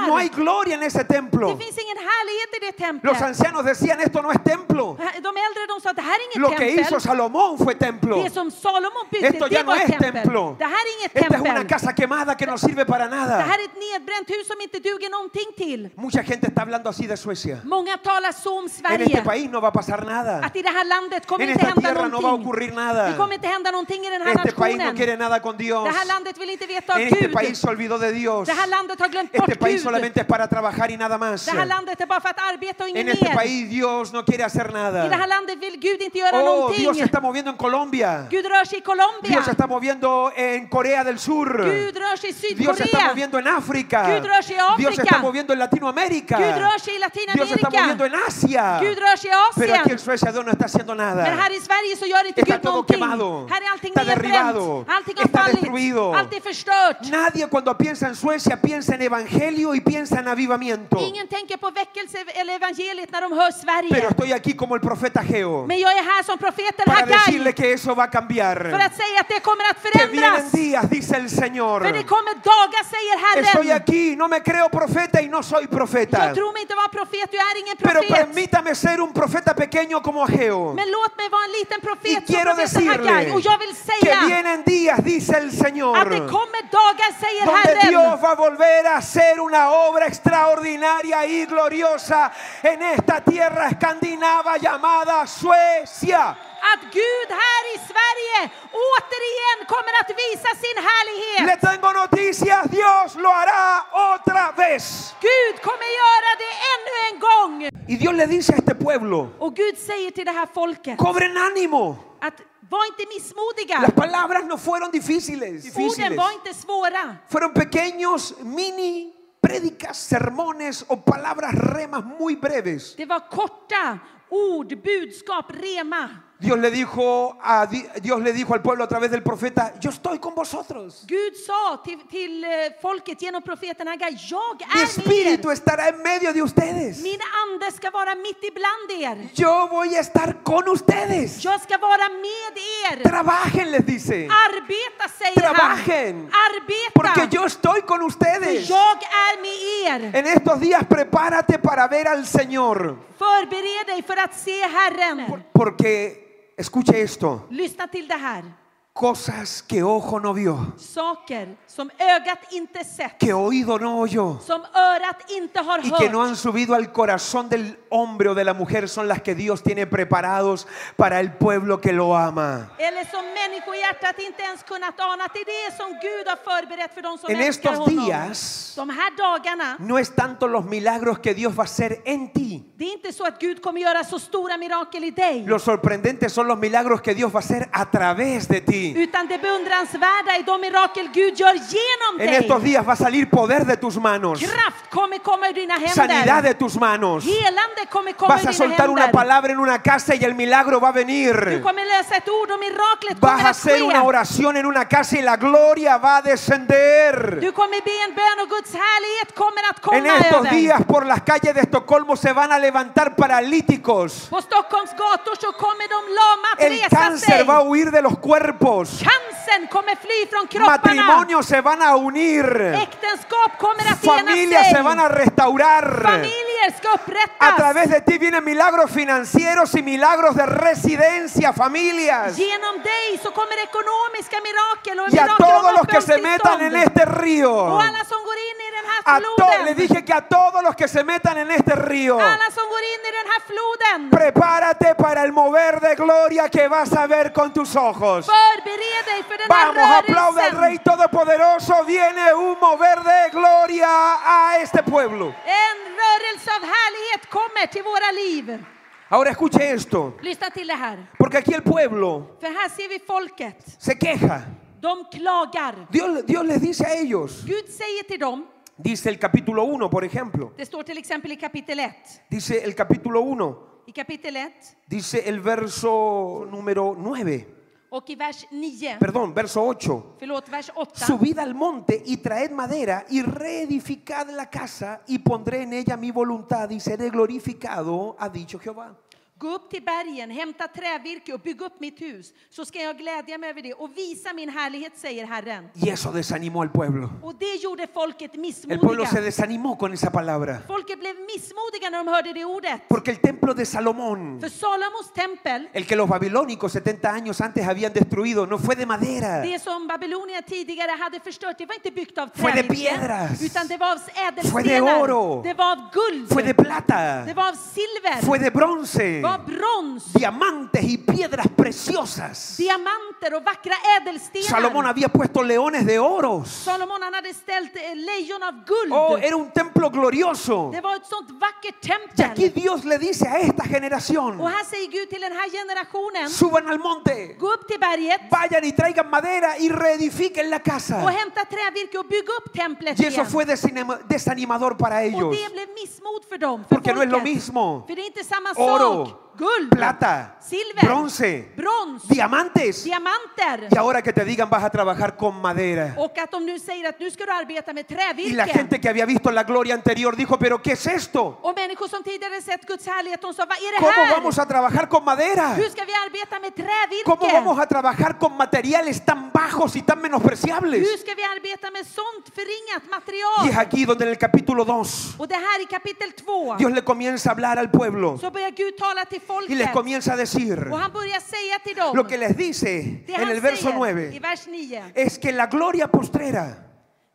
Speaker 1: no hay
Speaker 2: portar.
Speaker 1: gloria en ese templo.
Speaker 2: Det finns ingen härlighet i
Speaker 1: Los
Speaker 2: det templet.
Speaker 1: ancianos decían, esto no es templo.
Speaker 2: De äldre de sa att det här är
Speaker 1: Lo
Speaker 2: inget
Speaker 1: que hizo
Speaker 2: tempel.
Speaker 1: Salomón fue templo.
Speaker 2: Det som Salomon byggde,
Speaker 1: Esto
Speaker 2: det
Speaker 1: ya no
Speaker 2: var
Speaker 1: es
Speaker 2: ett tempel.
Speaker 1: templo.
Speaker 2: Det här är inget
Speaker 1: Esta es
Speaker 2: tempel.
Speaker 1: una casa quemada que no sirve para
Speaker 2: Det
Speaker 1: nada.
Speaker 2: här är ett nedbränt hus som inte duger någonting till.
Speaker 1: Mucha gente está hablando así de Suecia.
Speaker 2: Många talar så om
Speaker 1: En este
Speaker 2: Sverige,
Speaker 1: país no va a pasar nada.
Speaker 2: att i det här landet kommer
Speaker 1: En
Speaker 2: inte
Speaker 1: esta
Speaker 2: hända
Speaker 1: tierra no va a
Speaker 2: någonting.
Speaker 1: ocurrir
Speaker 2: Det
Speaker 1: nada.
Speaker 2: kommer inte hända någonting i den här
Speaker 1: Este país no
Speaker 2: nationen.
Speaker 1: quiere nada con Dios.
Speaker 2: Det här landet vill inte veta av
Speaker 1: En este
Speaker 2: Gud.
Speaker 1: país se olvidó de Dios.
Speaker 2: Det här landet har glömt
Speaker 1: Este
Speaker 2: bort
Speaker 1: país
Speaker 2: Gud.
Speaker 1: solamente es para trabajar y nada más.
Speaker 2: Det här landet är bara för att arbeta och inget
Speaker 1: En este
Speaker 2: mer.
Speaker 1: país Dios no quiere hacer
Speaker 2: I det här
Speaker 1: nada.
Speaker 2: landet vill Gud inte göra
Speaker 1: Oh,
Speaker 2: någonting.
Speaker 1: Dios se está moviendo en Colombia.
Speaker 2: Gud rör sig i Colombia.
Speaker 1: Dios se está moviendo en Corea del Sur.
Speaker 2: Gud rör sig i Sydkorea.
Speaker 1: Dios se está moviendo en África.
Speaker 2: Gud rör sig i
Speaker 1: Dios se
Speaker 2: África.
Speaker 1: está moviendo en Latinoamérica.
Speaker 2: Gud rör sig i
Speaker 1: Dios se está moviendo
Speaker 2: Latinamerika.
Speaker 1: en Asia.
Speaker 2: Gud rör sig i
Speaker 1: Pero
Speaker 2: Asien.
Speaker 1: aquí en Suecia Dios no está haciendo
Speaker 2: Men
Speaker 1: nada.
Speaker 2: här i Sverige så gör inte
Speaker 1: Está
Speaker 2: Gud
Speaker 1: todo
Speaker 2: någonting.
Speaker 1: quemado.
Speaker 2: Här är allting
Speaker 1: Está derribado.
Speaker 2: nedbränt. Allting har
Speaker 1: Está
Speaker 2: fallit.
Speaker 1: destruido.
Speaker 2: Allt är förstört.
Speaker 1: Nadie cuando piensa en Suecia piensa en evangelio y piensa en avivamiento.
Speaker 2: Ingen tänker på väckelse eller evangeliet när de hör
Speaker 1: Pero
Speaker 2: Sverige.
Speaker 1: estoy aquí como el profeta Geo
Speaker 2: Men jag är här som profeten
Speaker 1: para
Speaker 2: Hagai
Speaker 1: decirle que eso va a
Speaker 2: för
Speaker 1: cambiar.
Speaker 2: att säga att det kommer att
Speaker 1: Que vienen
Speaker 2: förändras.
Speaker 1: días, dice el Señor.
Speaker 2: För det kommer dagar, säger
Speaker 1: Estoy
Speaker 2: Herren.
Speaker 1: aquí, no me creo profeta y no soy profeta.
Speaker 2: Jag tror mig inte vara profet, jag är ingen
Speaker 1: Pero
Speaker 2: profet.
Speaker 1: permítame ser un profeta pequeño como Ageo.
Speaker 2: Men låt mig vara en liten profet
Speaker 1: Y
Speaker 2: som
Speaker 1: quiero
Speaker 2: profeten Hagai.
Speaker 1: decirle
Speaker 2: Och jag vill
Speaker 1: que
Speaker 2: säga
Speaker 1: vienen días, dice el
Speaker 2: att det
Speaker 1: Señor.
Speaker 2: kommer dagar, säger
Speaker 1: donde
Speaker 2: Herren.
Speaker 1: Dios va a volver a hacer una obra extraordinaria y gloriosa en esta tierra escandinava llamada Suecia.
Speaker 2: Att Gud här i Sverige återigen kommer att visa sin härlighet.
Speaker 1: Le tengo noticias, Dios lo hará otra vez.
Speaker 2: Gud kommer göra det ännu en gång.
Speaker 1: Y Dios le dice a este pueblo,
Speaker 2: Och Gud säger till det här folket
Speaker 1: cobren ánimo.
Speaker 2: att var inte missmodiga.
Speaker 1: Las palabras no fueron difíciles.
Speaker 2: Orden var inte svåra.
Speaker 1: Fueron pequeños, mini prédicas, sermones o palabras remas muy breves.
Speaker 2: Det var korta ord, budskap, rema.
Speaker 1: Dios le dijo a Di- Dios le dijo al pueblo a través del profeta, yo estoy con vosotros.
Speaker 2: Gud sa till, till eh, folket genom profeten Hagai, jag
Speaker 1: Mi
Speaker 2: är med
Speaker 1: espíritu
Speaker 2: er.
Speaker 1: estará en medio de ustedes.
Speaker 2: Min ande ska vara mitt ibland er.
Speaker 1: Yo voy a estar con ustedes.
Speaker 2: Jag ska vara med er.
Speaker 1: Trabajen, les dice.
Speaker 2: Arbeta säger
Speaker 1: Trabajen.
Speaker 2: han.
Speaker 1: Porque
Speaker 2: Arbeta.
Speaker 1: yo estoy con ustedes.
Speaker 2: För jag är med er.
Speaker 1: En estos días prepárate para ver al Señor.
Speaker 2: Förbered dig för att se Herren.
Speaker 1: Porque, escuche esto,
Speaker 2: Lyssna till det här.
Speaker 1: Cosas que ojo no vio,
Speaker 2: Saker som ögat inte sett,
Speaker 1: que oído no oyó
Speaker 2: som örat inte har
Speaker 1: y que no
Speaker 2: hört,
Speaker 1: han subido al corazón del hombre o de la mujer son las que Dios tiene preparados para el pueblo que lo ama.
Speaker 2: eller som människohjärtat inte ens kunnat ana att det är det som Gud har förberett för de som
Speaker 1: En
Speaker 2: älskar
Speaker 1: estos
Speaker 2: honom.
Speaker 1: días-
Speaker 2: de här dagarna,
Speaker 1: No es tanto los milagros que Dios va a hacer en ti.
Speaker 2: det är inte så att Gud kommer göra så stora mirakel i dig.
Speaker 1: Lo sorprendente son los milagros que Dios va a hacer a través de ti.
Speaker 2: Utan det beundransvärda är de mirakel Gud gör genom
Speaker 1: En estos
Speaker 2: dig.
Speaker 1: días va a salir poder de tus manos,
Speaker 2: Kraft kommer komma ur dina
Speaker 1: sanidad
Speaker 2: händer.
Speaker 1: de tus manos.
Speaker 2: Helande kommer komma
Speaker 1: Vas a
Speaker 2: ur dina
Speaker 1: soltar una
Speaker 2: händer.
Speaker 1: palabra en una casa y el milagro va a
Speaker 2: Du
Speaker 1: venir.
Speaker 2: kommer läsa ett ord och miraklet
Speaker 1: Vas
Speaker 2: kommer
Speaker 1: a
Speaker 2: att
Speaker 1: hacer una
Speaker 2: ske.
Speaker 1: oración en una casa y la gloria va a descender.
Speaker 2: Du kommer be en bön och Guds härlighet kommer att
Speaker 1: En
Speaker 2: komma
Speaker 1: estos
Speaker 2: över dig.
Speaker 1: días por las calles de Estocolmo se van a levantar paralíticos.
Speaker 2: På Stockholms gator så kommer de lama att
Speaker 1: El
Speaker 2: resa
Speaker 1: cáncer va a
Speaker 2: sig.
Speaker 1: huir de los cuerpos.
Speaker 2: Cancern kommer fly från kropparna.
Speaker 1: Matrimonios se van a unir.
Speaker 2: Äktenskap kommer att ena
Speaker 1: Familias se
Speaker 2: sig.
Speaker 1: van a restaurar.
Speaker 2: Familjer ska
Speaker 1: A
Speaker 2: upprättas.
Speaker 1: través de ti vienen milagros financieros y milagros de residencia, familias.
Speaker 2: Genom dig så kommer ekonomiska mirakel och
Speaker 1: Y a
Speaker 2: mirakel
Speaker 1: todos
Speaker 2: om
Speaker 1: los que se metan en
Speaker 2: uppehållstillstånd.
Speaker 1: este río.
Speaker 2: Och alla som går in i den här
Speaker 1: A to-
Speaker 2: floden.
Speaker 1: le dije que a todos los que se metan en este río.
Speaker 2: Alla som går in i den här floden.
Speaker 1: Prepárate para el mover de gloria que vas a ver con tus ojos.
Speaker 2: Förbered dig för den
Speaker 1: Vamos,
Speaker 2: här
Speaker 1: aplaude al Rey
Speaker 2: rörelsen.
Speaker 1: Todopoderoso. Viene un mover de gloria a este pueblo.
Speaker 2: En rörelse av härlighet kommer till våra liv.
Speaker 1: Ahora escuche esto,
Speaker 2: Lyssna till det här.
Speaker 1: porque aquí el pueblo
Speaker 2: För här ser vi folket.
Speaker 1: se queja.
Speaker 2: De klagar.
Speaker 1: Dios, Dios les dice a ellos,
Speaker 2: Gud säger till dem,
Speaker 1: dice el capítulo 1, por ejemplo,
Speaker 2: det står till exempel i kapitel 1.
Speaker 1: dice el capítulo 1,
Speaker 2: I kapitel 1
Speaker 1: dice el verso número 9,
Speaker 2: och i vers 9.
Speaker 1: perdón, verso 8.
Speaker 2: Förlåt, vers 8.
Speaker 1: Subid al monte y traed madera y reedificad la casa y pondré en ella mi voluntad y seré glorificado, ha dicho Jehová.
Speaker 2: Gå upp till bergen, hämta trävirke och bygg upp mitt hus, så ska jag glädja mig över det och visa min härlighet, säger Herren.
Speaker 1: Y eso desanimó al pueblo.
Speaker 2: Och det gjorde folket
Speaker 1: El pueblo se
Speaker 2: missmodiga.
Speaker 1: desanimó con esa palabra.
Speaker 2: Folket blev missmodiga när de hörde det ordet.
Speaker 1: Porque el templo de Salomón,
Speaker 2: För Salomos tempel,
Speaker 1: el que los babilónicos 70 años antes habían destruido, no fue de madera.
Speaker 2: det som Babylonien tidigare hade förstört, det var inte byggt av
Speaker 1: Eh. Fue de
Speaker 2: trävirke,
Speaker 1: piedras.
Speaker 2: utan det var av
Speaker 1: Fue de oro.
Speaker 2: ädelstenar, det var av guld,
Speaker 1: Fue de
Speaker 2: det
Speaker 1: plata.
Speaker 2: var av silver,
Speaker 1: Fue de bronce.
Speaker 2: det var av brons,
Speaker 1: Diamantes y piedras preciosas.
Speaker 2: diamanter och vackra
Speaker 1: Salomón
Speaker 2: ädelstenar.
Speaker 1: había puesto leones de oros.
Speaker 2: Salomon han hade ställt eh, lejon av guld.
Speaker 1: Oh, era un templo glorioso.
Speaker 2: Det var ett sånt vackert
Speaker 1: Y aquí
Speaker 2: tempel.
Speaker 1: Dios le dice a esta generación,
Speaker 2: Och här säger Gud till den här generationen,
Speaker 1: suban al monte,
Speaker 2: gå upp till berget
Speaker 1: vayan y traigan madera y reedifiquen la
Speaker 2: och
Speaker 1: casa.
Speaker 2: hämta trävirke och bygg upp templet
Speaker 1: Y eso
Speaker 2: igen.
Speaker 1: fue desanima- desanimador para
Speaker 2: Och
Speaker 1: ellos.
Speaker 2: det blev missmod för dem, för
Speaker 1: Porque no es lo mismo.
Speaker 2: För det är inte samma
Speaker 1: Oro,
Speaker 2: sak. Guld,
Speaker 1: plata,
Speaker 2: silver,
Speaker 1: bronce,
Speaker 2: brons,
Speaker 1: diamantes.
Speaker 2: diamanter.
Speaker 1: Y ahora que te digan vas a trabajar con madera.
Speaker 2: Och att de nu säger att nu ska du arbeta med
Speaker 1: Y la
Speaker 2: trävirke.
Speaker 1: gente que había visto la gloria anterior dijo, pero ¿qué es esto?
Speaker 2: Och människor som tidigare sett Guds härlighet, de sa, vad är det
Speaker 1: ¿Cómo
Speaker 2: här?
Speaker 1: vamos a trabajar con madera?
Speaker 2: Hur ska vi arbeta med
Speaker 1: ¿Cómo
Speaker 2: trävirke?
Speaker 1: vamos a trabajar con materiales tan bajos y tan
Speaker 2: Hur
Speaker 1: menospreciables?
Speaker 2: ska vi arbeta med sånt
Speaker 1: Y
Speaker 2: förringat
Speaker 1: es
Speaker 2: material?
Speaker 1: aquí donde en el capítulo 2
Speaker 2: Och det här i kapitel 2
Speaker 1: Dios le comienza a hablar al pueblo.
Speaker 2: så börjar Gud tala till
Speaker 1: y les
Speaker 2: folket
Speaker 1: comienza a decir
Speaker 2: och han börjar säga till
Speaker 1: lo que
Speaker 2: dem,
Speaker 1: les dice
Speaker 2: det
Speaker 1: en
Speaker 2: han
Speaker 1: el verso
Speaker 2: säger i
Speaker 1: 9
Speaker 2: vers 9,
Speaker 1: es que la gloria postrera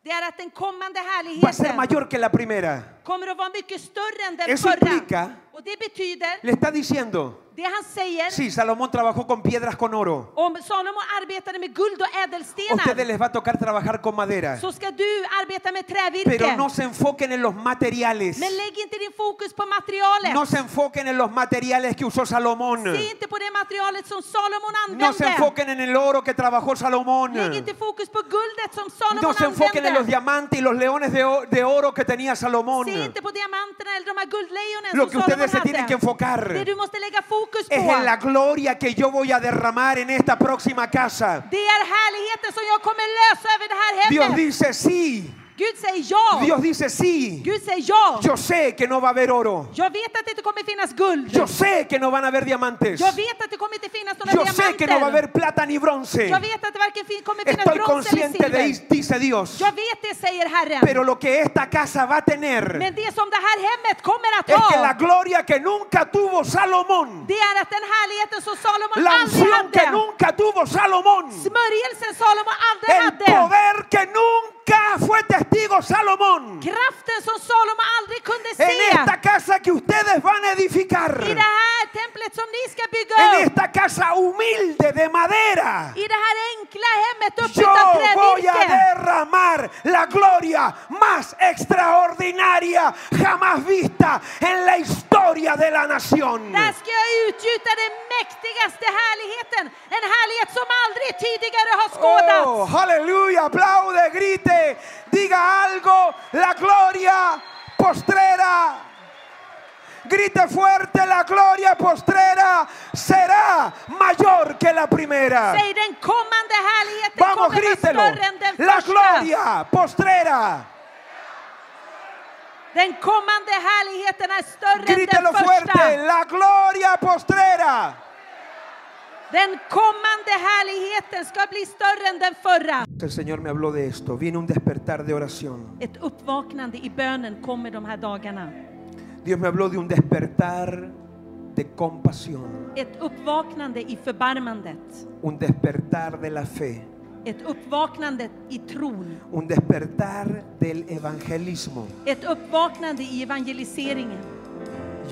Speaker 2: det är att den kommande
Speaker 1: va a ser
Speaker 2: härligheten
Speaker 1: mayor que la primera.
Speaker 2: kommer att vara mycket större än den
Speaker 1: Eso implica-
Speaker 2: förra. Och det betyder,
Speaker 1: Le está diciendo,
Speaker 2: det han säger,
Speaker 1: sí, Salomón trabajó con piedras con oro.
Speaker 2: om Salomo arbetade med guld och
Speaker 1: A ustedes
Speaker 2: ädelstenar
Speaker 1: les va a tocar trabajar con madera,
Speaker 2: så ska du arbeta med
Speaker 1: pero
Speaker 2: trävirke.
Speaker 1: no se enfoquen en los materiales.
Speaker 2: Men lägg inte din fokus på
Speaker 1: No
Speaker 2: materialet.
Speaker 1: se enfoquen en los materiales que usó Salomón.
Speaker 2: Se inte på det materialet som Salomon
Speaker 1: No se
Speaker 2: använde.
Speaker 1: enfoquen en el oro que trabajó Salomón.
Speaker 2: Lägg inte fokus på guldet som
Speaker 1: No
Speaker 2: Salomon
Speaker 1: se enfoquen en los
Speaker 2: använde.
Speaker 1: diamantes y los leones de o- de oro que tenía Salomón.
Speaker 2: Se inte på diamanterna eller de här guldlejonen
Speaker 1: Lo que
Speaker 2: som Salomon
Speaker 1: ustedes se tienen que
Speaker 2: hade. Det
Speaker 1: enfocar
Speaker 2: du måste lägga fokus på,
Speaker 1: es en la gloria que yo voy a derramar en esta próxima casa.
Speaker 2: det är härligheten som jag kommer lösa över det här
Speaker 1: Dios
Speaker 2: hemmet.
Speaker 1: dice, sí,
Speaker 2: Gud säger ja.
Speaker 1: Dios dice sí.
Speaker 2: Gud säger ja.
Speaker 1: Yo sé que no va a haber oro.
Speaker 2: Jag vet att det inte kommer finnas guld.
Speaker 1: Yo sé que no van a haber diamantes.
Speaker 2: Jag vet att det kommer inte finnas några
Speaker 1: Yo sé que no va a
Speaker 2: diamanter.
Speaker 1: haver plata ni bronce.
Speaker 2: Jag vet att det varken fin- kommer finnas
Speaker 1: Estoy
Speaker 2: brons eller
Speaker 1: consciente de
Speaker 2: silver.
Speaker 1: dice Dios.
Speaker 2: Jag vet det, säger
Speaker 1: Pero
Speaker 2: Herren.
Speaker 1: lo que esta casa va a tener
Speaker 2: Men det som det här hemmet kommer att
Speaker 1: es que la
Speaker 2: ha,
Speaker 1: gloria que nunca tuvo Salomón,
Speaker 2: det är att den härligheten som Salomon
Speaker 1: la
Speaker 2: aldrig
Speaker 1: unción que
Speaker 2: hade,
Speaker 1: nunca tuvo Salomón,
Speaker 2: smörjelsen Salomon aldrig
Speaker 1: el
Speaker 2: hade,
Speaker 1: poder que nunca fue testigo Salomón,
Speaker 2: kraften som Salomon aldrig kunde
Speaker 1: en
Speaker 2: se,
Speaker 1: esta casa que ustedes van a edificar,
Speaker 2: i det här templet som ni ska bygga
Speaker 1: en
Speaker 2: upp,
Speaker 1: esta casa humilde de madera,
Speaker 2: i det här enkla hemmet
Speaker 1: yo
Speaker 2: uppbyggt av
Speaker 1: voy
Speaker 2: trävirke.
Speaker 1: a derramar la gloria más extraordinaria jamás vista en la historia de la nación.
Speaker 2: Där ska jag utgjuta den mäktigaste härligheten, en härlighet som aldrig tidigare har skådats.
Speaker 1: Oh, aleluya, aplaude, grite, diga algo, la gloria postrera. Grite fuerte, la gloria postrera será mayor que la primera.
Speaker 2: Säg den kommande härligheten
Speaker 1: Vamos,
Speaker 2: kommer vara
Speaker 1: grítelo.
Speaker 2: större än den
Speaker 1: La
Speaker 2: första.
Speaker 1: gloria postrera.
Speaker 2: Den kommande härligheten är större än
Speaker 1: Grítelo
Speaker 2: den första.
Speaker 1: fuerte, la gloria postrera.
Speaker 2: Den kommande härligheten ska bli större än den förra.
Speaker 1: El Señor me habló de esto. Viene un despertar de oración.
Speaker 2: Ett uppvaknande i bönen kommer de här dagarna.
Speaker 1: Dios me habló de un despertar de compasión,
Speaker 2: Ett uppvaknande i förbarmandet.
Speaker 1: un despertar de la fe.
Speaker 2: Ett uppvaknande i tron.
Speaker 1: un despertar del evangelismo
Speaker 2: Ett uppvaknande i evangeliseringen.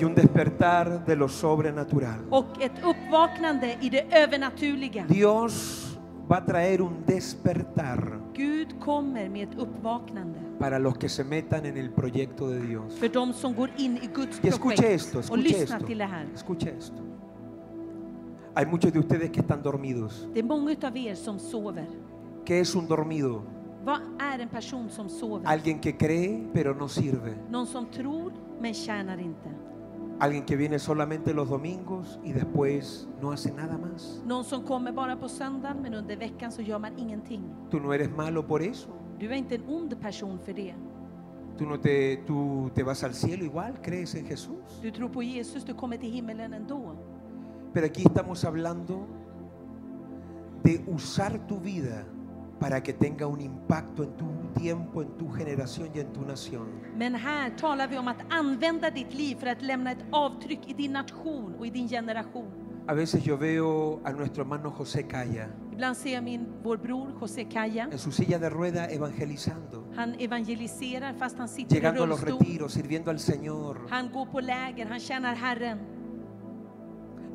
Speaker 1: y un despertar de lo sobrenatural.
Speaker 2: Och ett uppvaknande i det övernaturliga.
Speaker 1: Dios va a traer un despertar
Speaker 2: Gud kommer med ett uppvaknande
Speaker 1: para los que se metan en el proyecto de Dios.
Speaker 2: för de som går in i Guds
Speaker 1: Y escuche esto,
Speaker 2: projekt. Och
Speaker 1: escuche
Speaker 2: lyssna
Speaker 1: esto,
Speaker 2: till det här.
Speaker 1: escuche esto. Hay muchos de ustedes que están dormidos.
Speaker 2: Det är många av er som sover.
Speaker 1: ¿Qué es un dormido?
Speaker 2: Vad är en person som sover?
Speaker 1: Alguien que cree pero no sirve.
Speaker 2: Någon som tror men tjänar inte.
Speaker 1: Alguien que viene solamente los domingos y después no hace nada más.
Speaker 2: Någon som kommer bara på söndagen men under veckan så gör man ingenting.
Speaker 1: Tú no eres malo por eso.
Speaker 2: Du är inte en ond person för det.
Speaker 1: Tú no te, tú te vas al cielo igual, crees en Jesús.
Speaker 2: Du tror på Jesus, du kommer till himmelen ändå.
Speaker 1: Pero aquí estamos hablando de usar tu vida para que tenga un impacto en tu tiempo, en tu generación y en tu nación.
Speaker 2: Men här talar vi om att använda ditt liv för att lämna ett avtryck i din nation och i din generation.
Speaker 1: A veces yo veo a nuestro hermano José Calla
Speaker 2: Ibland ser jag min, vår bror José Kaja.
Speaker 1: en su silla de rueda evangelizando,
Speaker 2: Han evangeliserar fast han sitter i
Speaker 1: llegando a los
Speaker 2: rullstol.
Speaker 1: retiros, sirviendo al Señor.
Speaker 2: Han går på läger, han tjänar Herren.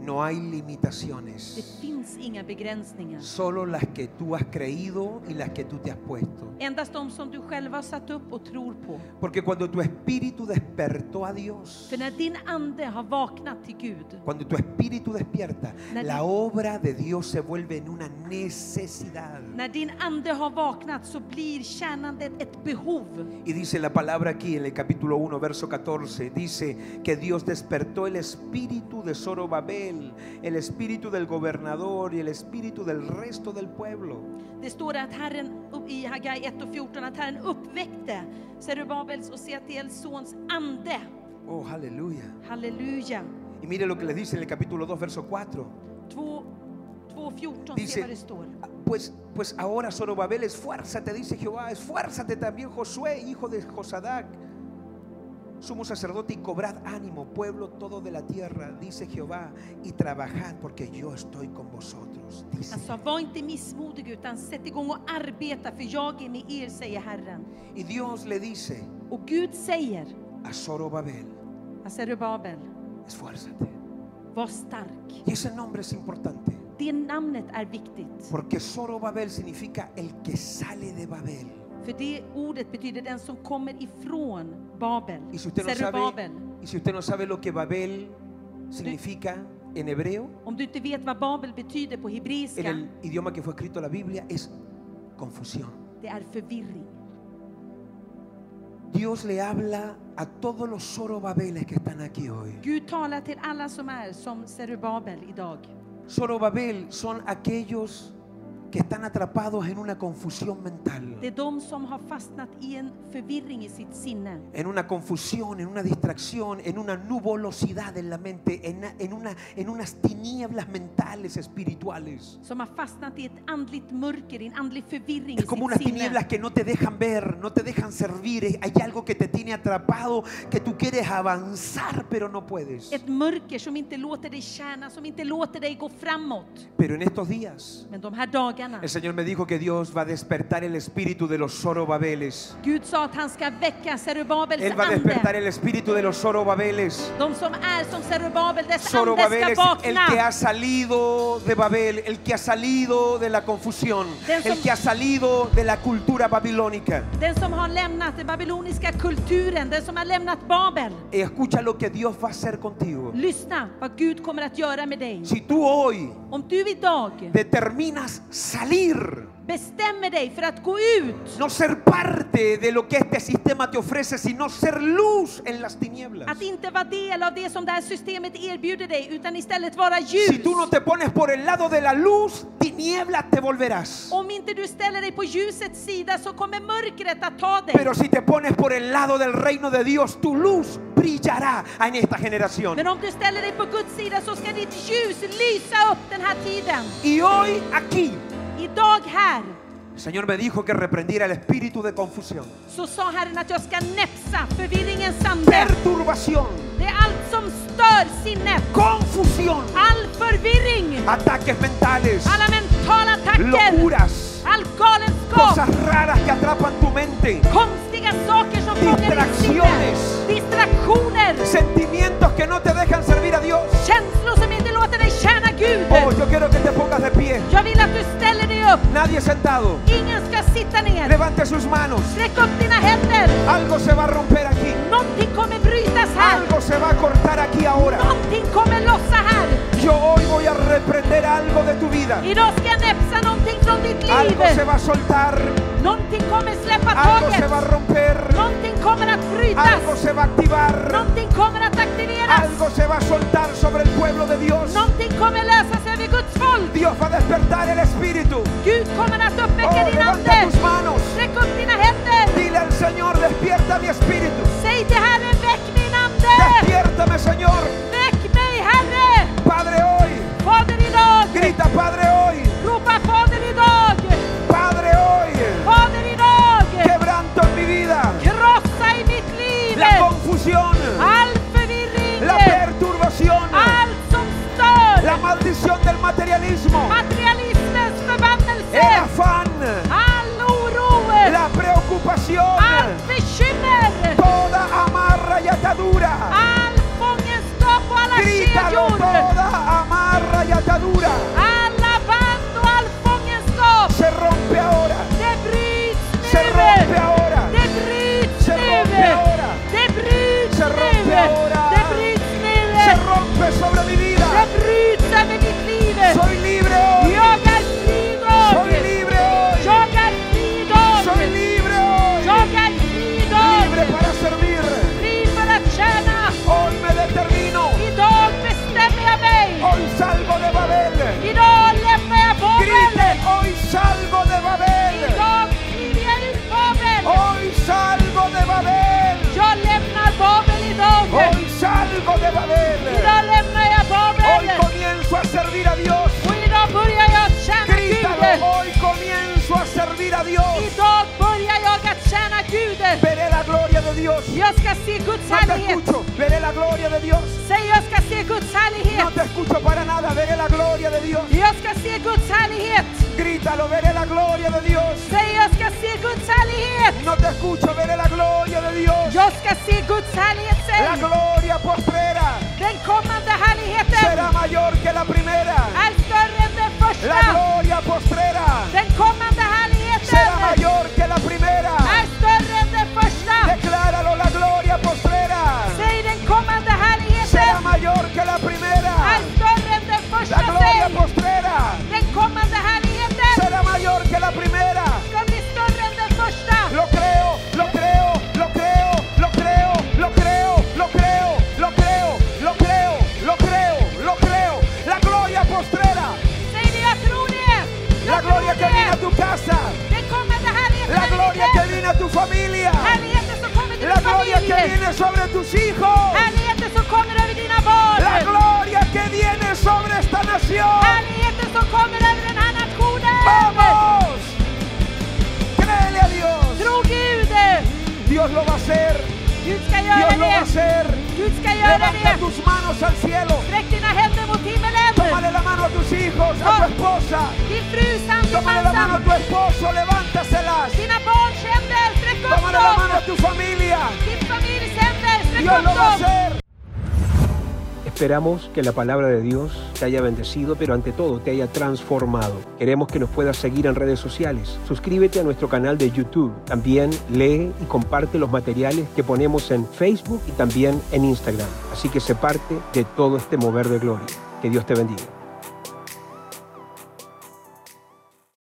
Speaker 1: No hay
Speaker 2: Det
Speaker 1: limitaciones,
Speaker 2: finns inga begränsningar.
Speaker 1: solo las que tú has creído y las que tú te has puesto.
Speaker 2: Endast de som du själv har satt upp och tror på.
Speaker 1: Porque cuando tu espíritu despertó a Dios,
Speaker 2: För när din ande har vaknat till Gud,
Speaker 1: Cuando tu espíritu despierta,
Speaker 2: Nadie-
Speaker 1: la obra de Dios se vuelve en una necesidad.
Speaker 2: när din ande har vaknat så blir tjänandet ett behov.
Speaker 1: Y dice la palabra aquí en el capítulo 1, verso 14, dice que Dios despertó el espíritu de Zorobabel, el espíritu del gobernador y el espíritu del resto del pueblo.
Speaker 2: Det står att Herren upp- i Hagai 1 och 14 att Herren uppväckte Zerubabels och Seatiels sons ande.
Speaker 1: Oh, aleluya.
Speaker 2: Halleluja.
Speaker 1: Y mire lo que les dice en el capítulo 2, verso 4.
Speaker 2: 2 2.14
Speaker 1: Dice-
Speaker 2: ser vad det står.
Speaker 1: Pues, pues ahora Zorobabel, esfuérzate, dice Jehová, esfuérzate también Josué, hijo de Josadac, sumo sacerdote, y cobrad ánimo, pueblo todo de la tierra, dice Jehová, y trabajad porque yo estoy con vosotros. Dice.
Speaker 2: Han sa, var inte missmodig utan sätt igång och arbeta för jag är med er, säger Herren.
Speaker 1: Y Dios le dice
Speaker 2: Och Gud säger,
Speaker 1: a Zorobabel,
Speaker 2: han säger Babel,
Speaker 1: esfuérzate.
Speaker 2: var stark.
Speaker 1: Y ese nombre es importante,
Speaker 2: Det namnet är viktigt.
Speaker 1: porque Zorobabel significa el que sale de Babel.
Speaker 2: För det ordet betyder den som kommer ifrån Babel.
Speaker 1: Y si usted no sabe,
Speaker 2: Zerubabel.
Speaker 1: y si usted no sabe lo que Babel significa en hebreo,
Speaker 2: Om du inte vet vad Babel betyder på
Speaker 1: En
Speaker 2: hebreiska,
Speaker 1: el idioma que fue escrito la Biblia es confusión.
Speaker 2: det är förvirring.
Speaker 1: Dios le habla a todos los Zorobabeles que están aquí hoy.
Speaker 2: Gud talar till alla som är som Zerubabel idag.
Speaker 1: Zorobabel son aquellos que están atrapados en una confusión
Speaker 2: Det
Speaker 1: mental,
Speaker 2: är de som har fastnat i en förvirring i sitt sinne.
Speaker 1: en una confusión, en una distracción, en una nubolosidad en la mente, en, en una, en unas tinieblas mentales espirituales.
Speaker 2: Som har fastnat i ett andligt mörker, i en andlig förvirring i
Speaker 1: Es como unas
Speaker 2: sitt
Speaker 1: tinieblas
Speaker 2: sinne.
Speaker 1: que no te dejan ver, no te dejan servir. Es- Hay algo que te tiene atrapado, que tú quieres avanzar, pero no puedes.
Speaker 2: Ett mörker som inte låter dig tjäna, som inte låter dig gå framåt.
Speaker 1: Pero en estos días,
Speaker 2: Men de här dagarna,
Speaker 1: el Señor me dijo que Dios va a despertar el espíritu de los Zorobabeles.
Speaker 2: Gud sa att han ska väcka Zerubabels
Speaker 1: Él va a despertar
Speaker 2: ande.
Speaker 1: el espíritu de los Zorobabeles.
Speaker 2: De som är som Zerubabel, dess
Speaker 1: Zorobabel
Speaker 2: ande
Speaker 1: es
Speaker 2: ska
Speaker 1: el
Speaker 2: vakna.
Speaker 1: que ha salido de Babel, el que ha salido de la confusión,
Speaker 2: Den som-
Speaker 1: el que ha salido de la cultura babilónica.
Speaker 2: Den som har lämnat den babyloniska kulturen, den som har lämnat Babel.
Speaker 1: Escucha lo que Dios va a hacer contigo.
Speaker 2: Lyssna vad Gud kommer att göra med dig.
Speaker 1: Si tú hoy
Speaker 2: Om du idag
Speaker 1: determinas salir,
Speaker 2: bestämmer dig för att gå ut,
Speaker 1: no ser parte de lo que este sistema te ofrece, sino ser luz en las tinieblas.
Speaker 2: att inte vara del av det som det här systemet erbjuder dig, utan istället vara
Speaker 1: Si
Speaker 2: ljus.
Speaker 1: tú no te pones por el lado de la luz, tinieblas te volverás.
Speaker 2: Om inte du ställer dig på ljusets sida så kommer mörkret att ta dig.
Speaker 1: Pero si te pones por el lado del reino de Dios, tu luz brillará en esta generación.
Speaker 2: Men om du ställer dig på Guds sida så ska ditt ljus lysa upp den här tiden.
Speaker 1: Y hoy aquí,
Speaker 2: Idag här
Speaker 1: el Señor me dijo que reprendiera el espíritu de confusión,
Speaker 2: så sa Herren att jag ska näpsa förvirringens ande.
Speaker 1: perturbación,
Speaker 2: Det är allt som stör sinnet.
Speaker 1: confusión,
Speaker 2: All förvirring,
Speaker 1: ataques mentales,
Speaker 2: alla mentala attacker,
Speaker 1: locuras,
Speaker 2: all galenskap,
Speaker 1: cosas raras que atrapan tu mente,
Speaker 2: konstiga saker som fångar ditt sinne,
Speaker 1: Distraktioner.
Speaker 2: distraktioner,
Speaker 1: sentimientos que no te dejan servir a Dios.
Speaker 2: känslor som inte låter dig tjäna
Speaker 1: Oh,
Speaker 2: Gud.
Speaker 1: yo quiero que te pongas de pie.
Speaker 2: Jag vill att du ställer dig upp.
Speaker 1: Nadie sentado.
Speaker 2: Ingen ska sitta ner.
Speaker 1: Levante sus manos.
Speaker 2: Sträck upp dina händer.
Speaker 1: Algo se va a romper aquí.
Speaker 2: Någonting kommer brytas här.
Speaker 1: Algo se va a cortar aquí ahora.
Speaker 2: Någonting kommer lossa här.
Speaker 1: Yo hoy voy a reprender algo de tu vida.
Speaker 2: Idag ska jag näpsa någonting från ditt
Speaker 1: Algo se
Speaker 2: liv.
Speaker 1: va a soltar.
Speaker 2: Någonting kommer släppa
Speaker 1: Algo se
Speaker 2: taget.
Speaker 1: va a romper.
Speaker 2: Någonting kommer att
Speaker 1: Algo
Speaker 2: brytas.
Speaker 1: se va a activar.
Speaker 2: Någonting kommer att aktiveras.
Speaker 1: Algo se va a soltar sobre el pueblo de Dios.
Speaker 2: Någonting kommer lösas över Guds folk.
Speaker 1: Dios va a despertar el espíritu.
Speaker 2: Gud kommer att uppväcka
Speaker 1: Oh,
Speaker 2: din
Speaker 1: levanta
Speaker 2: ande.
Speaker 1: tus manos.
Speaker 2: Sträck upp dina händer.
Speaker 1: Dile al Señor, despierta mi espíritu.
Speaker 2: Säg till Herren, väck min ande.
Speaker 1: Despiértame, Señor.
Speaker 2: Väck mig, Herre.
Speaker 1: Padre, hoy.
Speaker 2: Fader idag.
Speaker 1: Grita, Padre, hoy.
Speaker 2: Ropa Fader idag.
Speaker 1: Padre, hoy.
Speaker 2: Fader idag.
Speaker 1: Quebranto en mi vida.
Speaker 2: Krossa i mitt liv.
Speaker 1: La confusión.
Speaker 2: All förvirring.
Speaker 1: La perturbación.
Speaker 2: Allt som stör.
Speaker 1: La maldición del materialismo.
Speaker 2: Ah. Materialismens
Speaker 1: El
Speaker 2: förbannelse.
Speaker 1: afán.
Speaker 2: Ah. All oro.
Speaker 1: La preocupación.
Speaker 2: Allt bekymmer.
Speaker 1: Toda amarra y atadura.
Speaker 2: All fångenskap och alla
Speaker 1: Grítalo
Speaker 2: kedjor.
Speaker 1: toda amarra y atadura.
Speaker 2: Alla band och all fångenskap.
Speaker 1: Se rompe ahora.
Speaker 2: Det bryts
Speaker 1: Se
Speaker 2: nu.
Speaker 1: rompe ahora.
Speaker 2: Det bryts
Speaker 1: Se
Speaker 2: nu.
Speaker 1: rompe ahora.
Speaker 2: Det bryts
Speaker 1: Se
Speaker 2: nu.
Speaker 1: rompe ahora.
Speaker 2: Det bryts nu.
Speaker 1: Se rompe sobre mi
Speaker 2: Det
Speaker 1: vida.
Speaker 2: bryts över mitt liv.
Speaker 1: Soy libre hoy.
Speaker 2: Jag är fri
Speaker 1: Soy
Speaker 2: idag.
Speaker 1: libre hoy.
Speaker 2: Jag är fri
Speaker 1: Soy
Speaker 2: idag.
Speaker 1: libre hoy.
Speaker 2: Jag är fri
Speaker 1: Libre
Speaker 2: idag.
Speaker 1: para servir.
Speaker 2: Fri för att tjäna.
Speaker 1: Hoy me determino.
Speaker 2: Idag bestämmer jag mig.
Speaker 1: Hoy salgo de Babel.
Speaker 2: Idag lämnar jag Babel.
Speaker 1: Griten, hoy salgo de Babel.
Speaker 2: Idag kliver jag ut Babel.
Speaker 1: Hoy salgo de Babel.
Speaker 2: Jag lämnar Babel idag.
Speaker 1: Hoy salgo de Babel.
Speaker 2: Idag lämnar jag
Speaker 1: Hoy
Speaker 2: Babel.
Speaker 1: comienzo a servir a Dios.
Speaker 2: Och idag börjar jag att tjäna
Speaker 1: Grítalo,
Speaker 2: Gud.
Speaker 1: hoy comienzo a servir a Dios.
Speaker 2: Idag börjar jag att tjäna Gud.
Speaker 1: Veré la gloria de Dios.
Speaker 2: Jag ska se Guds
Speaker 1: No te
Speaker 2: härlighet.
Speaker 1: escucho, veré la gloria de Dios.
Speaker 2: Säg jag ska se Guds
Speaker 1: No
Speaker 2: härlighet.
Speaker 1: te escucho para nada, veré la gloria de Dios.
Speaker 2: Jag ska se Guds härlighet.
Speaker 1: Grítalo, veré la gloria de Dios.
Speaker 2: Säg jag ska se Guds härlighet.
Speaker 1: No te escucho, veré la gloria de Dios.
Speaker 2: Jag ska se Guds härlighet
Speaker 1: La
Speaker 2: säg.
Speaker 1: gloria postrera
Speaker 2: Den kommande härligheten
Speaker 1: será mayor que la primera.
Speaker 2: är större än den
Speaker 1: La
Speaker 2: första.
Speaker 1: gloria postrera
Speaker 2: Den kommande
Speaker 1: será
Speaker 2: härligheten
Speaker 1: mayor que la primera.
Speaker 2: är större än den första.
Speaker 1: Decláralo, la gloria postrera
Speaker 2: Säg den kommande
Speaker 1: será
Speaker 2: härligheten
Speaker 1: mayor que la primera.
Speaker 2: är större än den
Speaker 1: La
Speaker 2: första.
Speaker 1: gloria
Speaker 2: Säg
Speaker 1: postrera
Speaker 2: den kommande härligheten
Speaker 1: será mayor que la primera.
Speaker 2: ska bli större än den första.
Speaker 1: Lo creo, lo creo, lo creo, lo creo, lo creo, lo creo, tu casa,
Speaker 2: Det kommer det härligheten
Speaker 1: la
Speaker 2: över
Speaker 1: gloria
Speaker 2: ditt
Speaker 1: que
Speaker 2: hem.
Speaker 1: viene a tu familia,
Speaker 2: Härligheten som kommer till
Speaker 1: la
Speaker 2: din
Speaker 1: gloria que
Speaker 2: familj.
Speaker 1: viene sobre tus hijos,
Speaker 2: Härligheten som kommer över dina barn.
Speaker 1: la gloria que viene sobre esta nación.
Speaker 2: Härligheten som kommer över den här nationen.
Speaker 1: ¡Vamos! Créele a Dios.
Speaker 2: Tro Gud.
Speaker 1: Dios lo va a hacer.
Speaker 2: Gud ska göra
Speaker 1: Dios lo va a
Speaker 2: det.
Speaker 1: hacer.
Speaker 2: Gud ska göra
Speaker 1: Levanta
Speaker 2: det.
Speaker 1: tus manos al cielo.
Speaker 2: Sträck dina händer mot himmelen.
Speaker 1: Tómale la mano a tus hijos, a tu esposa.
Speaker 2: Din frus hand i
Speaker 1: Tómale la mano a
Speaker 2: pansan.
Speaker 1: tu esposo. Levántaselas.
Speaker 2: Dina barns händer. Sträck upp
Speaker 1: Tómale la mano
Speaker 2: dem.
Speaker 1: a tu familia.
Speaker 2: Din familjs händer. Sträck
Speaker 1: Dios lo
Speaker 2: upp
Speaker 1: va a
Speaker 2: dem.
Speaker 1: hacer.
Speaker 3: Esperamos que la palabra de Dios te haya bendecido, pero ante todo te haya transformado. Queremos que nos puedas seguir en redes sociales. Suscríbete a nuestro canal de YouTube. También lee y comparte los materiales que ponemos en Facebook y también en Instagram. Así que se parte de todo este mover de gloria. Que Dios te bendiga.